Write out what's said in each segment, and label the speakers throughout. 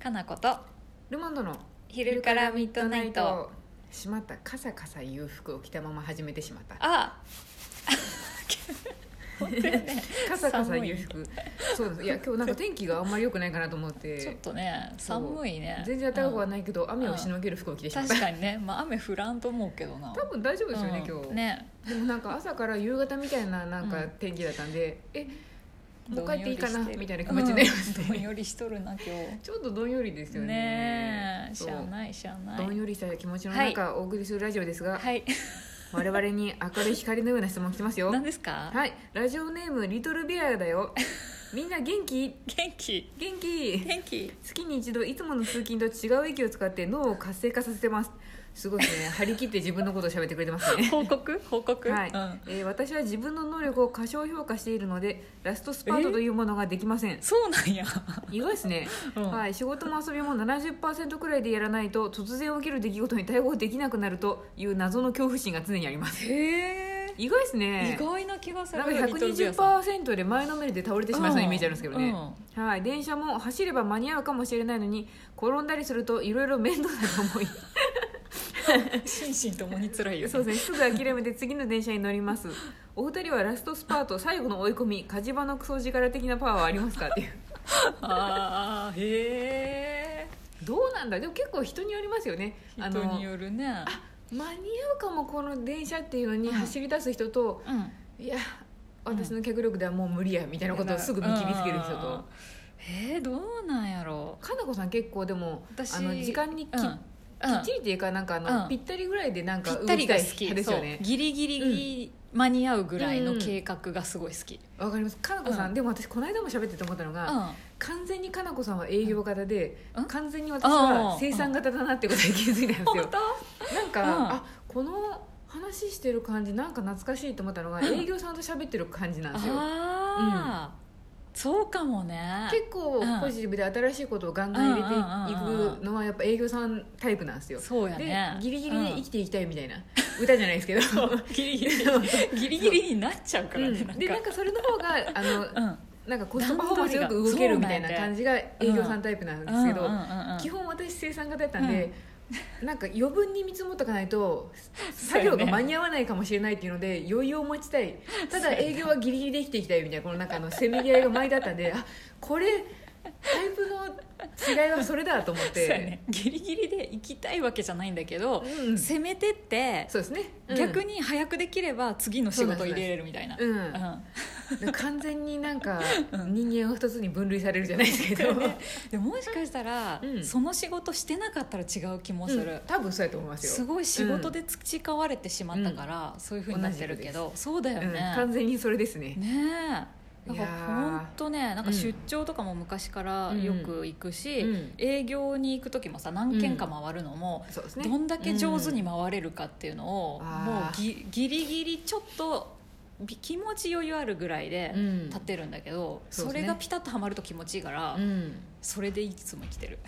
Speaker 1: かなこと
Speaker 2: ルマンドの
Speaker 1: 昼からミッドナイト
Speaker 2: しまったカサカサ裕服を着たまま始めてしまった
Speaker 1: あ本当よね
Speaker 2: カサカサ
Speaker 1: 寒い
Speaker 2: 裕服そうですいや今日なんか天気があんまり良くないかなと思っ
Speaker 1: ちょってとね
Speaker 2: そう
Speaker 1: 寒いね
Speaker 2: 全然暖かくは
Speaker 1: うん
Speaker 2: ないけど雨をしのげる服を着てしまっ
Speaker 1: 確
Speaker 2: た
Speaker 1: かにね、まあ、雨降らんと思うけどな
Speaker 2: 多分大丈夫ですよね
Speaker 1: うん
Speaker 2: 今日
Speaker 1: ね
Speaker 2: でもなんか朝から夕方みたいななん
Speaker 1: う
Speaker 2: か
Speaker 1: ん
Speaker 2: 天気だったんでえもう
Speaker 1: ど
Speaker 2: 帰
Speaker 1: ん
Speaker 2: っていいかな
Speaker 1: よりして
Speaker 2: みたいな気持ちになります
Speaker 1: うんどん
Speaker 2: ね
Speaker 1: よりしとるな今
Speaker 2: ちょっとどんよりです
Speaker 1: 日
Speaker 2: よね
Speaker 1: ねえ
Speaker 2: そ
Speaker 1: しゃあ
Speaker 2: う
Speaker 1: ないしゃあな
Speaker 2: どん
Speaker 1: い
Speaker 2: よりした気持ちの中お送りするラジオですが
Speaker 1: はい
Speaker 2: 我々に明るい光のような質問来てますよ
Speaker 1: 何ですか、
Speaker 2: はい、ラジオネームリトルビアだよ。 みんな元気
Speaker 1: 元気
Speaker 2: 元気
Speaker 1: 元 気
Speaker 2: 月に一度いつもの通勤と違う駅を使って脳を活性化させてます。すごいですね。張り切って自分のことを喋ってくれてますね。
Speaker 1: 報告報告、
Speaker 2: はい、
Speaker 1: うん、
Speaker 2: えー私は自分の能力を過小評価しているのでラストスパートというものができません
Speaker 1: そうなんや、
Speaker 2: 意外ですね、
Speaker 1: うん
Speaker 2: はい、仕事も遊びも70%くらいでやらないと突然起きる出来事に対応できなくなるという謎の恐怖心が常にあります
Speaker 1: へえ
Speaker 2: 意外ですね
Speaker 1: 意外な気がする
Speaker 2: なんか
Speaker 1: リトルベアさん
Speaker 2: 120%で前のめりで倒れてしまいそうなイメージあるんですけどね、はい、電車も走れば間に合うかもしれないのに転んだりするといろいろ面倒だと思い
Speaker 1: 心身ともに辛いよ
Speaker 2: そうですねすぐ諦めて次の電車に乗りますお二人はラストスパート最後の追い込み火事場のクソ力的なパワーはありますか っていう
Speaker 1: あーへえ
Speaker 2: どうなんだでも結構人によりますよねあ
Speaker 1: 人
Speaker 2: の
Speaker 1: によるね
Speaker 2: 間に合うかもこの電車っていうのに
Speaker 1: うん
Speaker 2: 走り出す人と、
Speaker 1: うん
Speaker 2: いや私の脚力ではもう無理やみたいなことをすぐ見切りつける人と
Speaker 1: えー、どうなんやろ
Speaker 2: かなこさん結構でも
Speaker 1: 私
Speaker 2: あの時間にき,、
Speaker 1: う、うん
Speaker 2: きっちりっていうかなんかあの、
Speaker 1: うん
Speaker 2: ぴったりぐらいでなん
Speaker 1: ぴ
Speaker 2: か
Speaker 1: ったりが好
Speaker 2: 動きたい
Speaker 1: き、
Speaker 2: 派です
Speaker 1: そ
Speaker 2: よ
Speaker 1: う
Speaker 2: ね
Speaker 1: ギリギリ間に合うぐらいの
Speaker 2: うん
Speaker 1: 計画がすごい好き、
Speaker 2: わかりますかなこさん、
Speaker 1: うん
Speaker 2: でも私この間も喋ってて思ったの
Speaker 1: うん
Speaker 2: が、完全にかなこさんは営業型で、
Speaker 1: うん
Speaker 2: 完全に私は
Speaker 1: うん
Speaker 2: 生産型だなってことに気づいたんですよ
Speaker 1: 本、当
Speaker 2: なんか、
Speaker 1: うん
Speaker 2: あこの話してる感じなんか懐かしいと思ったのが、
Speaker 1: うん
Speaker 2: 営業さんと喋ってる感じなんですよ
Speaker 1: ああ、そうかもね
Speaker 2: 結構
Speaker 1: うん
Speaker 2: ポジティブで新しいことをガンガン入れて
Speaker 1: うんうんう
Speaker 2: い
Speaker 1: んう
Speaker 2: くのはやっぱ営業さんタイプなんですよ
Speaker 1: そうや
Speaker 2: で
Speaker 1: ね
Speaker 2: ギリギリで生きていきたいみたいな、歌じゃない ですけど
Speaker 1: うんギ リギリギリギリになっちゃうからね、
Speaker 2: うんで
Speaker 1: な
Speaker 2: なんん
Speaker 1: か
Speaker 2: かそれの 方があの
Speaker 1: うん
Speaker 2: なんかコストパフォーマンスよく動けるみたいな感じが営業さんタイプなんですけど、
Speaker 1: うんうんうん
Speaker 2: 基本私生産型だったんで、なんか余分に見積もっとかない と作業が間に合わないかもしれないっていうので余裕を持ちたいただ営業はギリギリで生きていきたいみたいなこの中のせめぎ合いが前だったんであこれタイプの違いはそれだと思 っ
Speaker 1: そう
Speaker 2: て
Speaker 1: やねギリギリで行きたいわけじゃないんだけど、
Speaker 2: うん、そ
Speaker 1: 攻めてって
Speaker 2: うですね、うん
Speaker 1: 逆に早くできれば次の仕事入れれるみたいな
Speaker 2: うん
Speaker 1: うん
Speaker 2: 完全になんか
Speaker 1: うん
Speaker 2: 人間を二つに分類されるじゃないですけど、
Speaker 1: でもしかしたら、
Speaker 2: うん
Speaker 1: その仕事してなかったら違う気もする、
Speaker 2: うん多分そうやと思いますよ
Speaker 1: すごい仕事で培われてしまったから、そういうふうになってるけどそうだよ
Speaker 2: うん
Speaker 1: ね、
Speaker 2: 完全にそれですね
Speaker 1: ねえだ
Speaker 2: い
Speaker 1: か
Speaker 2: や
Speaker 1: ら本当ねなんか出張とかも昔からよく行くし、
Speaker 2: うん
Speaker 1: 営業に行く時もさ何軒か回るのも、
Speaker 2: そうですね
Speaker 1: どんだけ上手に回れるかっていうのを、
Speaker 2: うん
Speaker 1: もう
Speaker 2: あー
Speaker 1: ぎギリギリちょっとび気持ち余裕あるぐらいで
Speaker 2: うん
Speaker 1: 立ってるんだけど、
Speaker 2: そ
Speaker 1: そ
Speaker 2: うですね
Speaker 1: れがピタッとはまると気持ちいいから、
Speaker 2: うん、うん
Speaker 1: それでいつも生きてる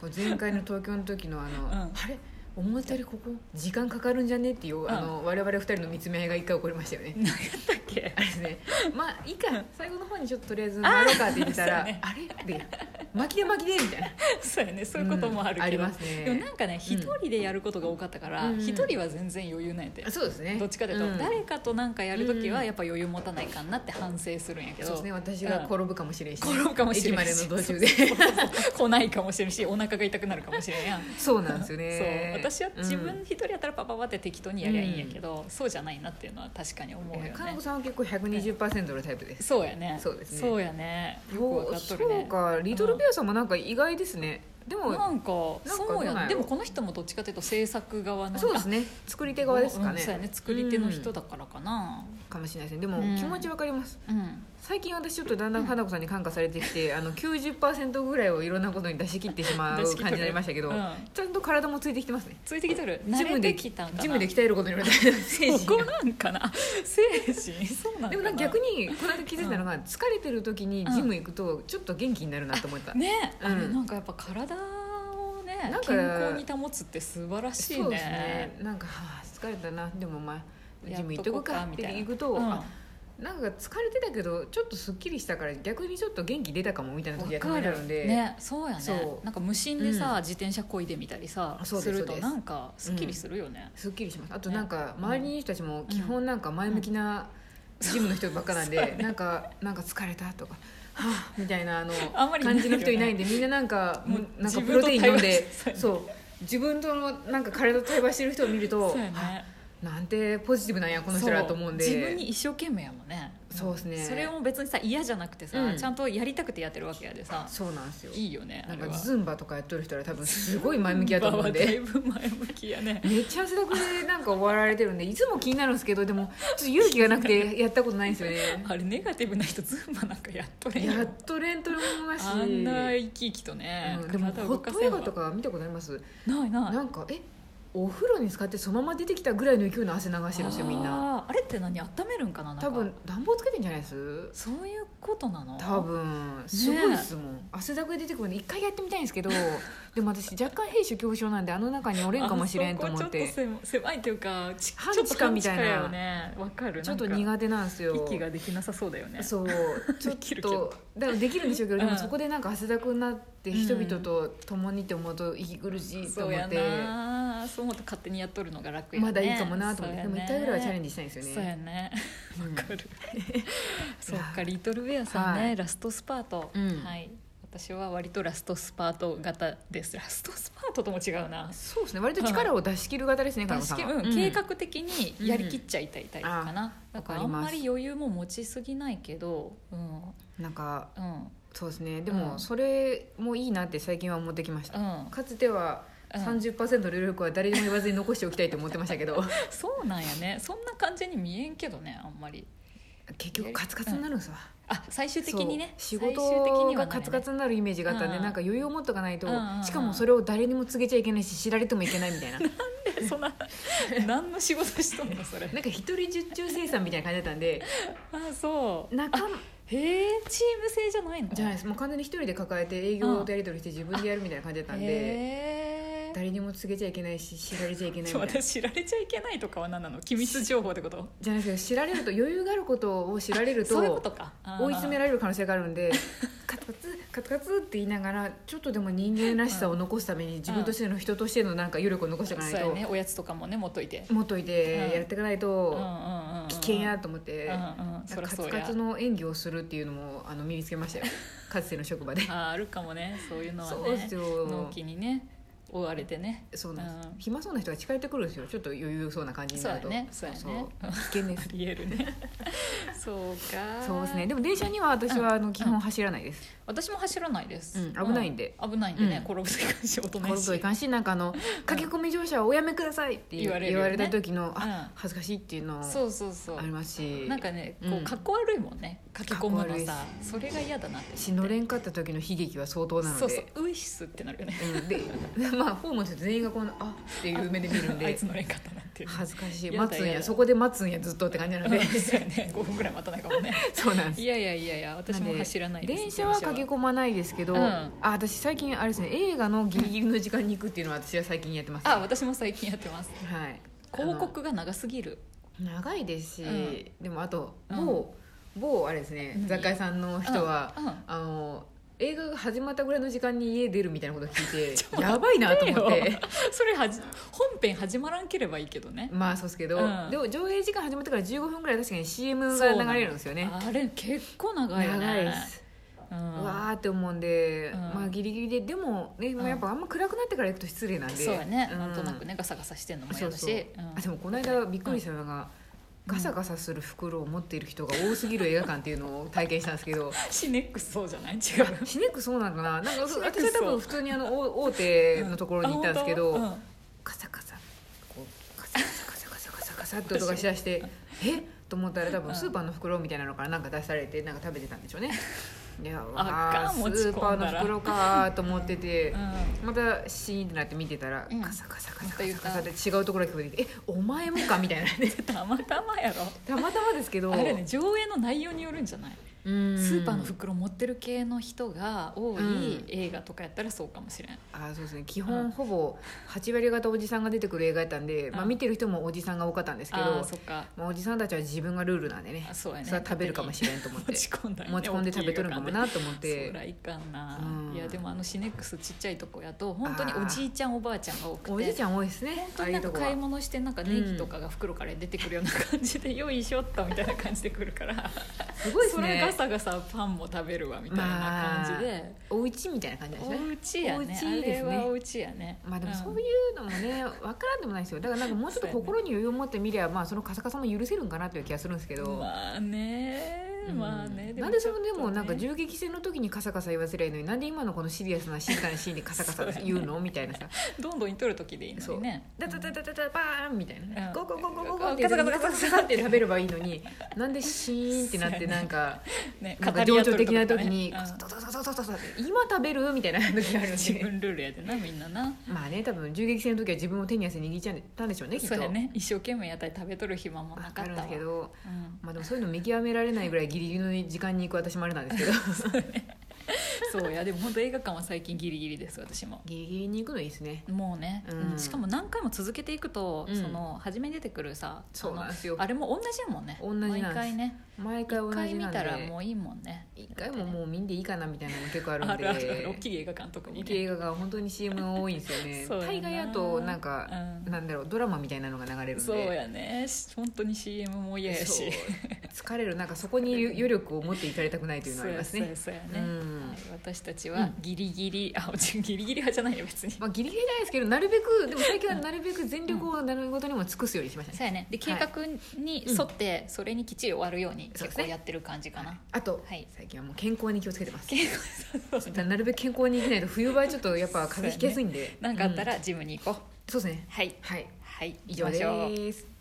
Speaker 2: これ前回の東京の時のあの、
Speaker 1: ん
Speaker 2: あれ思ったよりここ時間かかるんじゃねっていう、
Speaker 1: ん
Speaker 2: あの我々二人の見つめ合いが一回起こりましたよね
Speaker 1: 何やったっけ
Speaker 2: あれですねまあいいか最後の方にちょっととりあえず回ろうかって言った
Speaker 1: あ
Speaker 2: らあ,、
Speaker 1: ーそうね
Speaker 2: れで巻きで巻きでみたいな
Speaker 1: そうやねそういうこともあるけど、
Speaker 2: うんあります
Speaker 1: でも
Speaker 2: ね
Speaker 1: なんかね一人でやることが多かったから
Speaker 2: うん
Speaker 1: 一、人は全然余裕ないんで、
Speaker 2: そうですね
Speaker 1: どっちかというと、
Speaker 2: ん
Speaker 1: 誰かとなんかやる時は
Speaker 2: うん
Speaker 1: やっぱ余裕持たないかんなって反省するんやけ
Speaker 2: そ
Speaker 1: ど、
Speaker 2: うですね私が転ぶかもしれんし、
Speaker 1: 転ぶかもしれんし
Speaker 2: 駅までの道中で
Speaker 1: 来ないかもしれんしお腹が痛くなるかもしれんやん
Speaker 2: そうなんですよ
Speaker 1: そう
Speaker 2: ね
Speaker 1: 私は自
Speaker 2: うん
Speaker 1: 分一人やったらパパパって適当にやりゃいいんやけど、そうじゃないなっていうのは確かに思うよ
Speaker 2: え
Speaker 1: ね
Speaker 2: ーかなこさんは結構120%のタイプです、
Speaker 1: そうやね
Speaker 2: そうですね
Speaker 1: そうやねよくわかっとる
Speaker 2: そう
Speaker 1: ね
Speaker 2: かリトルベアさんもなんか意外ですね、でも、
Speaker 1: なんか
Speaker 2: なんか
Speaker 1: そうや
Speaker 2: どうなんや
Speaker 1: ね
Speaker 2: ろ
Speaker 1: でもこの人もどっちかというと制作側の
Speaker 2: そうですね作り手側ですか
Speaker 1: うん
Speaker 2: ね,、
Speaker 1: そうやね作り手の人だからかな
Speaker 2: かもしれないですねでも、
Speaker 1: うん
Speaker 2: 気持ちわかります
Speaker 1: うん、
Speaker 2: 最近私ちょっとだんだん花子さんに感化されてきて、あの90%ぐらいをいろんなことに出し切ってしまう
Speaker 1: 出
Speaker 2: 感
Speaker 1: し
Speaker 2: じ
Speaker 1: 切っ
Speaker 2: に
Speaker 1: とる
Speaker 2: なりましたけど、
Speaker 1: うん
Speaker 2: ちゃんと体もついてきてますね
Speaker 1: ついてきとる
Speaker 2: ジ
Speaker 1: 慣
Speaker 2: ム
Speaker 1: れ
Speaker 2: で
Speaker 1: てきたんかな
Speaker 2: ジムで鍛えること による精神
Speaker 1: そこなんかな精神そうなんかな
Speaker 2: でもなんか逆にこの間気づいたのが、疲れてる時にジム行くとちょっと元気になるなと思った、
Speaker 1: ね、
Speaker 2: うん
Speaker 1: あれなんかやっぱ体をね
Speaker 2: なんか
Speaker 1: 健康に保つって素晴らしい
Speaker 2: そうですね
Speaker 1: ね
Speaker 2: なんか、はあ、疲れたなでもまあ
Speaker 1: や
Speaker 2: ジ
Speaker 1: っ
Speaker 2: ム行っ
Speaker 1: と
Speaker 2: と
Speaker 1: こ
Speaker 2: こ
Speaker 1: う
Speaker 2: うか
Speaker 1: か
Speaker 2: っ
Speaker 1: み
Speaker 2: て
Speaker 1: たいな
Speaker 2: 行くと、
Speaker 1: うん
Speaker 2: あなんか疲れてたけどちょっとすっきりしたから逆にちょっと元気出たかもみたいな
Speaker 1: わ
Speaker 2: 時がたま
Speaker 1: か
Speaker 2: にある
Speaker 1: る
Speaker 2: んで、
Speaker 1: ねそうやね
Speaker 2: そう
Speaker 1: なんか無心でさ、
Speaker 2: うん
Speaker 1: 自転車こいでみたりさ
Speaker 2: そうで
Speaker 1: す
Speaker 2: す
Speaker 1: る
Speaker 2: そう
Speaker 1: と
Speaker 2: です
Speaker 1: なんかすっきりするよね、
Speaker 2: すっきりしますあと
Speaker 1: ね
Speaker 2: なんか周りにいる人たちも基本なんか前向きなジムの人ばっかなんで、
Speaker 1: そうだね
Speaker 2: なんかなんか疲れたとかはぁみたいなあの
Speaker 1: あんまりいないよ
Speaker 2: 感
Speaker 1: ね
Speaker 2: じの人 いないんでみんななんか
Speaker 1: もう
Speaker 2: なん
Speaker 1: 自
Speaker 2: か
Speaker 1: 分と
Speaker 2: プロテイン飲んで
Speaker 1: 対話して
Speaker 2: そう自分とのなんか体と対話してる人を見ると、
Speaker 1: そうや
Speaker 2: は
Speaker 1: ね
Speaker 2: ぁなんてポジティブなんやこの人らと思うんで
Speaker 1: そ自分に一生懸命やもんね
Speaker 2: そうですね
Speaker 1: それも別にさ嫌じゃなくてさ、
Speaker 2: うん
Speaker 1: ちゃんとやりたくてやってるわけやでさ
Speaker 2: そうなんですよ
Speaker 1: いいよね
Speaker 2: な
Speaker 1: あ
Speaker 2: ん
Speaker 1: れ
Speaker 2: か
Speaker 1: は
Speaker 2: ズンバとかやっとる人ら多分すごい前向きやと思うんで
Speaker 1: だいぶ前向きやね
Speaker 2: めっちゃ汗だくでなんか終わられてるんでいつも気になるんですけどでもちょっと勇気がなくてやったことないんですよ ね
Speaker 1: あれネガティブな人ズンバなんかやっとれんよ
Speaker 2: やっとレントルもなし
Speaker 1: あんな生き生きとね、
Speaker 2: うんでも
Speaker 1: 体
Speaker 2: ホ
Speaker 1: 動
Speaker 2: ッ
Speaker 1: か
Speaker 2: ト
Speaker 1: せ
Speaker 2: 映
Speaker 1: んわ
Speaker 2: 画とか見たことあります
Speaker 1: ないない
Speaker 2: なんかえお風呂に浸かってそのまま出てきたぐらいの勢いの汗流してるんですよみんな
Speaker 1: あーあれって何温めるんかななんか
Speaker 2: 多分暖房つけてんじゃないです
Speaker 1: そういうことなの
Speaker 2: 多分すごいですもん、汗だくで出てくるんで一回やってみたいんですけどでも私若干閉所恐怖症なんであの中におれんかもしれんと思っ
Speaker 1: あ
Speaker 2: て
Speaker 1: そこちょっと狭狭いというかち
Speaker 2: 半地
Speaker 1: ちょっと
Speaker 2: 下みたいな
Speaker 1: 半地下よねわかる
Speaker 2: ちょっと
Speaker 1: なんか
Speaker 2: 苦手なんですよ
Speaker 1: 息ができなさそうだよね
Speaker 2: そうちょっ
Speaker 1: できるけ
Speaker 2: と
Speaker 1: ど
Speaker 2: だからできるんでしょうけど、で
Speaker 1: う
Speaker 2: も
Speaker 1: ん
Speaker 2: そこでなんか汗だくになって
Speaker 1: うん
Speaker 2: 人々と共にって思うと息苦しいと
Speaker 1: そう
Speaker 2: 思
Speaker 1: や
Speaker 2: って、
Speaker 1: なそう思うと勝手にやっとるのが楽やね
Speaker 2: まだいいかもなと思って、でも1回ぐらいはチャレン
Speaker 1: ジ
Speaker 2: ジしたいんですよ
Speaker 1: そう
Speaker 2: ね
Speaker 1: やね
Speaker 2: う
Speaker 1: わ
Speaker 2: ん
Speaker 1: か るそっかリトルウェアさんね、
Speaker 2: はい
Speaker 1: ラストスパート、
Speaker 2: うん
Speaker 1: はい私は割とラストスパート型ですラストスパートとも違うな
Speaker 2: そうですね割と力を出し切る型ですね、金子
Speaker 1: 確
Speaker 2: さ
Speaker 1: か
Speaker 2: ん
Speaker 1: に、
Speaker 2: は
Speaker 1: うん計画的にやりきっちゃいたいタイプかな、
Speaker 2: うん
Speaker 1: だか
Speaker 2: わから
Speaker 1: あ
Speaker 2: り
Speaker 1: ん
Speaker 2: ます
Speaker 1: まり余裕も持ちすぎないけどうん
Speaker 2: なんか
Speaker 1: うん
Speaker 2: そうですねで
Speaker 1: う
Speaker 2: も
Speaker 1: ん
Speaker 2: それもいいなって最近は思ってきました、
Speaker 1: うん
Speaker 2: かつては
Speaker 1: うん
Speaker 2: 30%の力は誰にも言わずに残しておきたいと思ってまし たけど
Speaker 1: そうなんやねそんな感じに見えんけどねあんまり
Speaker 2: 結局カツカツになるんですわ、
Speaker 1: あ最終的にね
Speaker 2: そう仕
Speaker 1: 最終的
Speaker 2: 事
Speaker 1: にはな
Speaker 2: が
Speaker 1: る
Speaker 2: カ
Speaker 1: ね
Speaker 2: ツカツになるイメージがあったんで、
Speaker 1: うん
Speaker 2: なんか余裕を持っとかないと、
Speaker 1: うんうんうん
Speaker 2: しかもそれを誰にも告げちゃいけないし知られてもいけないみたいなな
Speaker 1: そん な何の仕事しとんのそれ
Speaker 2: んか一人十中生産みたいな感じだったんで
Speaker 1: あそう
Speaker 2: 仲間
Speaker 1: へえチーム制じゃないの
Speaker 2: じゃないですもう完全に一人で抱えて営業とやり取りして自分でやるみたいな感じだったんで、
Speaker 1: へえ
Speaker 2: 誰にも告げちゃいけないし知られちゃいけないみ
Speaker 1: ちょ
Speaker 2: たいな
Speaker 1: 私知られちゃいけないとかは何なの機密情報ってこと
Speaker 2: じゃないですけど知られると余裕があることを知られると
Speaker 1: そういうことか
Speaker 2: 追い詰め
Speaker 1: ら
Speaker 2: られる可能性がある んでカツカツカツカツって言いながらちょっとでも人間らしさを残すために自分としての人としてのなんか余力を残していかない
Speaker 1: そう
Speaker 2: と
Speaker 1: やねおやつとかもね持っといて
Speaker 2: 持っといてやっていかないと
Speaker 1: 危
Speaker 2: 危険やと思って、
Speaker 1: うんうんそりゃ
Speaker 2: カ
Speaker 1: そう
Speaker 2: ツ
Speaker 1: や
Speaker 2: カツの演技をするっていうのもあの身につけました よかつての職場で
Speaker 1: あーあるかもねそういうのはね
Speaker 2: そうですよ
Speaker 1: 納期にね追われてね
Speaker 2: そうなんです、
Speaker 1: うん
Speaker 2: 暇そうな人が近寄ってくるんですよちょっと余裕そうな感じになる
Speaker 1: そ
Speaker 2: と
Speaker 1: うやねそうやね
Speaker 2: そう危険です
Speaker 1: ありえるね そうか
Speaker 2: そうですねでも電車には私はあの基本走らないです、
Speaker 1: 私も走らないです、
Speaker 2: うん危ないんで
Speaker 1: う危ないんでね、
Speaker 2: う
Speaker 1: 転ぶといかんし大人
Speaker 2: こ
Speaker 1: や
Speaker 2: の
Speaker 1: し
Speaker 2: といかんしなんかあの駆け込み乗車をおやめくださいって言
Speaker 1: 言
Speaker 2: わ
Speaker 1: わ
Speaker 2: れ,、
Speaker 1: れるよね
Speaker 2: た時の
Speaker 1: う
Speaker 2: あ、
Speaker 1: ん
Speaker 2: 恥ずかしいっていうの
Speaker 1: そうそうそう
Speaker 2: ありますし
Speaker 1: なんかね
Speaker 2: う
Speaker 1: こ
Speaker 2: ん
Speaker 1: うかっこ悪いもんね、書き込む
Speaker 2: かっこ悪い
Speaker 1: のさそれが嫌だなって
Speaker 2: しのれんかった時の悲劇は相当なので
Speaker 1: そうそうウイスってなるよね
Speaker 2: うんで まあホームの人全員がこのあっていう目で見るん
Speaker 1: あ
Speaker 2: で
Speaker 1: いつのれんかったなっていう
Speaker 2: 恥ずかしい
Speaker 1: やだ
Speaker 2: 待つんや
Speaker 1: やだ
Speaker 2: そこで待つんやずっとって感じなので
Speaker 1: そうやね5分ぐらい待たないかもね
Speaker 2: そうなんです
Speaker 1: いやいやいやいや私も走らないです
Speaker 2: 電車は駆け込まないですけど、
Speaker 1: うん
Speaker 2: あ私最近あれですね映画のギリギリの時間に行くっていうのは私は最近やってます、
Speaker 1: あ私も最近やってます
Speaker 2: はい
Speaker 1: 広告が長すぎる
Speaker 2: あの長いですし、
Speaker 1: う
Speaker 2: でもあと
Speaker 1: うん
Speaker 2: 某、某あれですね
Speaker 1: 何
Speaker 2: 雑貨屋さんの人は、
Speaker 1: うんうん
Speaker 2: あの映画が始まったぐらいの時間に家出るみたいなことを聞 い
Speaker 1: ちょってと待ってよ
Speaker 2: やばいなと思って。
Speaker 1: それはじ本編始まらんければいいけどね
Speaker 2: まあそうですけど、
Speaker 1: うん
Speaker 2: でも上映時間始まってから15分ぐらい確かに CM
Speaker 1: そうな
Speaker 2: が
Speaker 1: の
Speaker 2: 流れるんですよね
Speaker 1: あれ結構長いよね
Speaker 2: 長いで
Speaker 1: う
Speaker 2: す、
Speaker 1: ん
Speaker 2: うわーって思うんで、
Speaker 1: うん
Speaker 2: まあギリギリででもね、まあやっぱあんま暗くなってから行くと失礼なんで
Speaker 1: そうやね、
Speaker 2: ん
Speaker 1: なんとなくねガサガサしてんのも
Speaker 2: そ
Speaker 1: 嫌
Speaker 2: う
Speaker 1: だ
Speaker 2: そう、
Speaker 1: しうん
Speaker 2: あでもこの間びっくりしたのが、ガサガサする袋を持っている人が多すぎる映画館っていうのを体験したんですけど
Speaker 1: シネックスそうじゃない違う
Speaker 2: シネックそうなのかななんか
Speaker 1: シネック
Speaker 2: 私
Speaker 1: ス
Speaker 2: は多分普通にあの大大手のところに行ったんですけど、
Speaker 1: あ本
Speaker 2: ガサガサこうガサガサガサガサガサガサって音がしだしてえっと思ったら多分スーパーの袋みたいなのからなんか出されてなんか食べてたんでしょ うねいやわあ
Speaker 1: かん持ち
Speaker 2: ス
Speaker 1: 込
Speaker 2: ー
Speaker 1: んだら
Speaker 2: パーの袋かーと思ってて、
Speaker 1: 当うんうん
Speaker 2: またシーンってなって見てたら、
Speaker 1: うん
Speaker 2: カサカサカサ
Speaker 1: また
Speaker 2: カ
Speaker 1: 言
Speaker 2: サ
Speaker 1: っ
Speaker 2: カ
Speaker 1: た
Speaker 2: サって違うところが聞こえてきて「えお 前もか」みたいなね
Speaker 1: たまたまやろ
Speaker 2: たまたまですけど
Speaker 1: あれね上映の内容によるんじゃないス
Speaker 2: スー
Speaker 1: ーパーの袋持ってる系の人が多い映画とかやったらそうかもしれん、
Speaker 2: あーそうですね基本ほぼ8割方おじさんが出てくる映画やったんで、まあ、
Speaker 1: うん
Speaker 2: 見てる人もおじさんが多かったんですけど、
Speaker 1: ああそっか
Speaker 2: まあ、おじさんたちは自分がルールなんでね
Speaker 1: あそうやね
Speaker 2: それは食べるかもしれんと思って
Speaker 1: 持ち込んだ、ね、
Speaker 2: 持ち込んで食べとるんかもなと思っ
Speaker 1: そ
Speaker 2: て
Speaker 1: らいかんな、
Speaker 2: うん
Speaker 1: いやでもあのシネックスちっちゃいとこやと本当におじいちゃんおばあちゃんが多くて
Speaker 2: おじいちゃん多いですね
Speaker 1: 本当になんか
Speaker 2: ああ
Speaker 1: 買
Speaker 2: い
Speaker 1: いう
Speaker 2: とこ
Speaker 1: 物してなんかネギとかが袋から出てくるような感じ で、よいしょっとみたいな感じで来るから
Speaker 2: はすごいです
Speaker 1: それガ
Speaker 2: ね
Speaker 1: サガサパンも食べるわみたいな感じで、
Speaker 2: お家みたいな感じなんですね
Speaker 1: お家やね
Speaker 2: お家ですね
Speaker 1: あれはお家やね
Speaker 2: まあでもそう
Speaker 1: い
Speaker 2: いうのもね分からんでもないですよだからなんかもうちょっと心に余裕を持ってみりゃ、まあ、そのカサカサも許せるんかなという気がするんですけど、
Speaker 1: まあね
Speaker 2: うん
Speaker 1: まあね、
Speaker 2: なんでそのでもなんか
Speaker 1: 十
Speaker 2: 銃撃戦の時にカサカサ言わせりゃいいのになんで今のこのシリアスな静かなシーンでカサカサ言うのみたいなさ
Speaker 1: どんどんいとる時でいいのにね
Speaker 2: 「ダダダダダダバーン!」みたいな
Speaker 1: う
Speaker 2: 「
Speaker 1: ん
Speaker 2: ゴーゴーゴーゴーゴーゴー」って
Speaker 1: カ
Speaker 2: カ
Speaker 1: サ
Speaker 2: サ
Speaker 1: カ
Speaker 2: カ
Speaker 1: サカサカサ
Speaker 2: サカサカサって食べればいいのになんでシーンってなってなんか
Speaker 1: ね
Speaker 2: なんか
Speaker 1: 語り合
Speaker 2: 情
Speaker 1: っとると
Speaker 2: 緒的
Speaker 1: かね
Speaker 2: な時に「
Speaker 1: うん
Speaker 2: カサカサカサカサカサって今食べる?」みたいな時あるん
Speaker 1: 自
Speaker 2: で。
Speaker 1: 分ルールやでなみんなな
Speaker 2: まあね多分銃撃戦の時は自分を手に汗握っちゃったんでしょうねきっ
Speaker 1: そ
Speaker 2: と
Speaker 1: うやね一生懸命やったり食べとる暇も
Speaker 2: わ
Speaker 1: な
Speaker 2: か
Speaker 1: かっ
Speaker 2: るん
Speaker 1: た
Speaker 2: で
Speaker 1: わ
Speaker 2: すけど
Speaker 1: うん
Speaker 2: まあでもそういうの見極められないぐらいギリギリの時間に行く私もあれなんですけど
Speaker 1: そうやでも本当映画館は最近ギリギリです私も
Speaker 2: ギリギリに行くのいいですね
Speaker 1: もうね、
Speaker 2: うん
Speaker 1: うんしかも何回も続けていくと、
Speaker 2: うん
Speaker 1: その初めに出てくるさ
Speaker 2: そうなん
Speaker 1: あ
Speaker 2: ですよ
Speaker 1: のあれも同じやもんね
Speaker 2: 同じなんです
Speaker 1: 毎回ね
Speaker 2: 毎回同
Speaker 1: 一
Speaker 2: じなんで
Speaker 1: 回見たらもういいもんね
Speaker 2: 一回ももう見んでいいかなみたいなのも結構あ
Speaker 1: あ
Speaker 2: るんで
Speaker 1: るあるある大きい映画館特に、ね、
Speaker 2: 大きい映画が本当に CM が多いんですよね
Speaker 1: そうやな
Speaker 2: 大概あとなんか、
Speaker 1: うん
Speaker 2: なんだろうドラマみたいなのが流れるんで
Speaker 1: そうやね本当に CM も嫌やし
Speaker 2: そう疲れるなんかそこに余力を持っていかれたくないというのはあります
Speaker 1: そうや
Speaker 2: ね
Speaker 1: そうやそう
Speaker 2: う
Speaker 1: やね、
Speaker 2: ん
Speaker 1: はい私たちはギリギリ、あ違うギリギリ派じゃないよ別に
Speaker 2: まあ、ギリギリないですけどなるべくでも最近はなるべく全力を何事にも尽くすようにしましたね、
Speaker 1: そうやねで計画に沿って、それにきっちり終わるように
Speaker 2: そ
Speaker 1: 結
Speaker 2: うです
Speaker 1: 構
Speaker 2: ね
Speaker 1: やってる感じかな、
Speaker 2: あと、
Speaker 1: はい
Speaker 2: 最近はもう健康に気をつけてます
Speaker 1: 計画そうね
Speaker 2: なるべく健康に生きないと冬場はちょっとやっぱ風邪ひきやすいんで
Speaker 1: なんかあった
Speaker 2: う
Speaker 1: らジムに行こう、
Speaker 2: そうですね
Speaker 1: はい
Speaker 2: はい
Speaker 1: はい
Speaker 2: 以上
Speaker 1: 行きま
Speaker 2: で
Speaker 1: しょう
Speaker 2: ーす